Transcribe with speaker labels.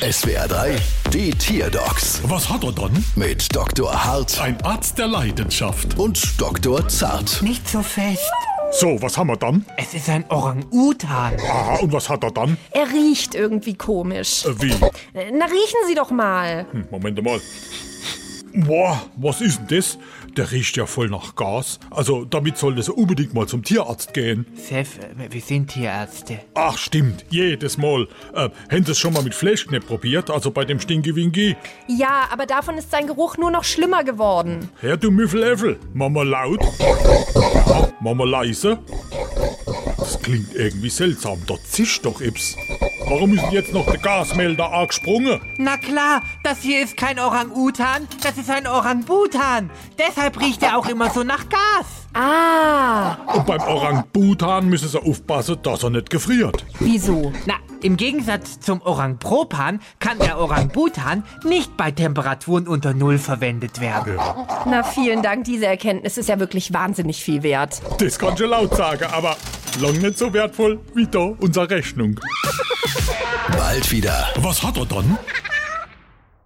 Speaker 1: SWR 3, die Tierdocs
Speaker 2: Was hat er dann?
Speaker 1: mit Dr. Hart
Speaker 2: Ein Arzt der Leidenschaft.
Speaker 1: und Dr. Zart.
Speaker 3: Nicht so fest.
Speaker 2: So, was haben wir dann?
Speaker 3: Es ist ein Orang-Utan.
Speaker 2: Aha, und was hat er dann?
Speaker 4: Er riecht irgendwie komisch.
Speaker 2: Äh, wie?
Speaker 4: Äh, Na, riechen Sie doch mal.
Speaker 2: Hm, Moment mal. Boah, was ist denn das? Der riecht ja voll nach Gas. Also, damit sollte er unbedingt mal zum Tierarzt gehen.
Speaker 3: Seth, äh, wir sind Tierärzte.
Speaker 2: Ach, stimmt, jedes Mal. Äh, haben Sie es schon mal mit Fleischknepp probiert? Also bei dem Stinke-Winki?
Speaker 4: Ja, aber davon ist sein Geruch nur noch schlimmer geworden.
Speaker 2: Herr, du Müffeläffel. Mama laut. Ja, Mama leise. Das klingt irgendwie seltsam. Da zischt doch Ips. Warum ist denn jetzt noch der Gasmelder angesprungen?
Speaker 3: Na klar, das hier ist kein Orang-Utan, das ist ein Orang-Butan. Deshalb riecht er auch immer so nach Gas.
Speaker 4: Ah,
Speaker 2: Und beim Orang-Butan müssen Sie aufpassen, dass er nicht gefriert.
Speaker 4: wieso?
Speaker 3: Na, im Gegensatz zum Orang-Propan kann der Orang-Butan nicht bei Temperaturen unter Null verwendet werden.
Speaker 4: Na, vielen Dank, diese Erkenntnis ist ja wirklich wahnsinnig viel wert.
Speaker 2: Das kann schon laut sagen, aber lang nicht so wertvoll wie da unsere Rechnung.
Speaker 1: Bald wieder.
Speaker 2: Was hat er dann?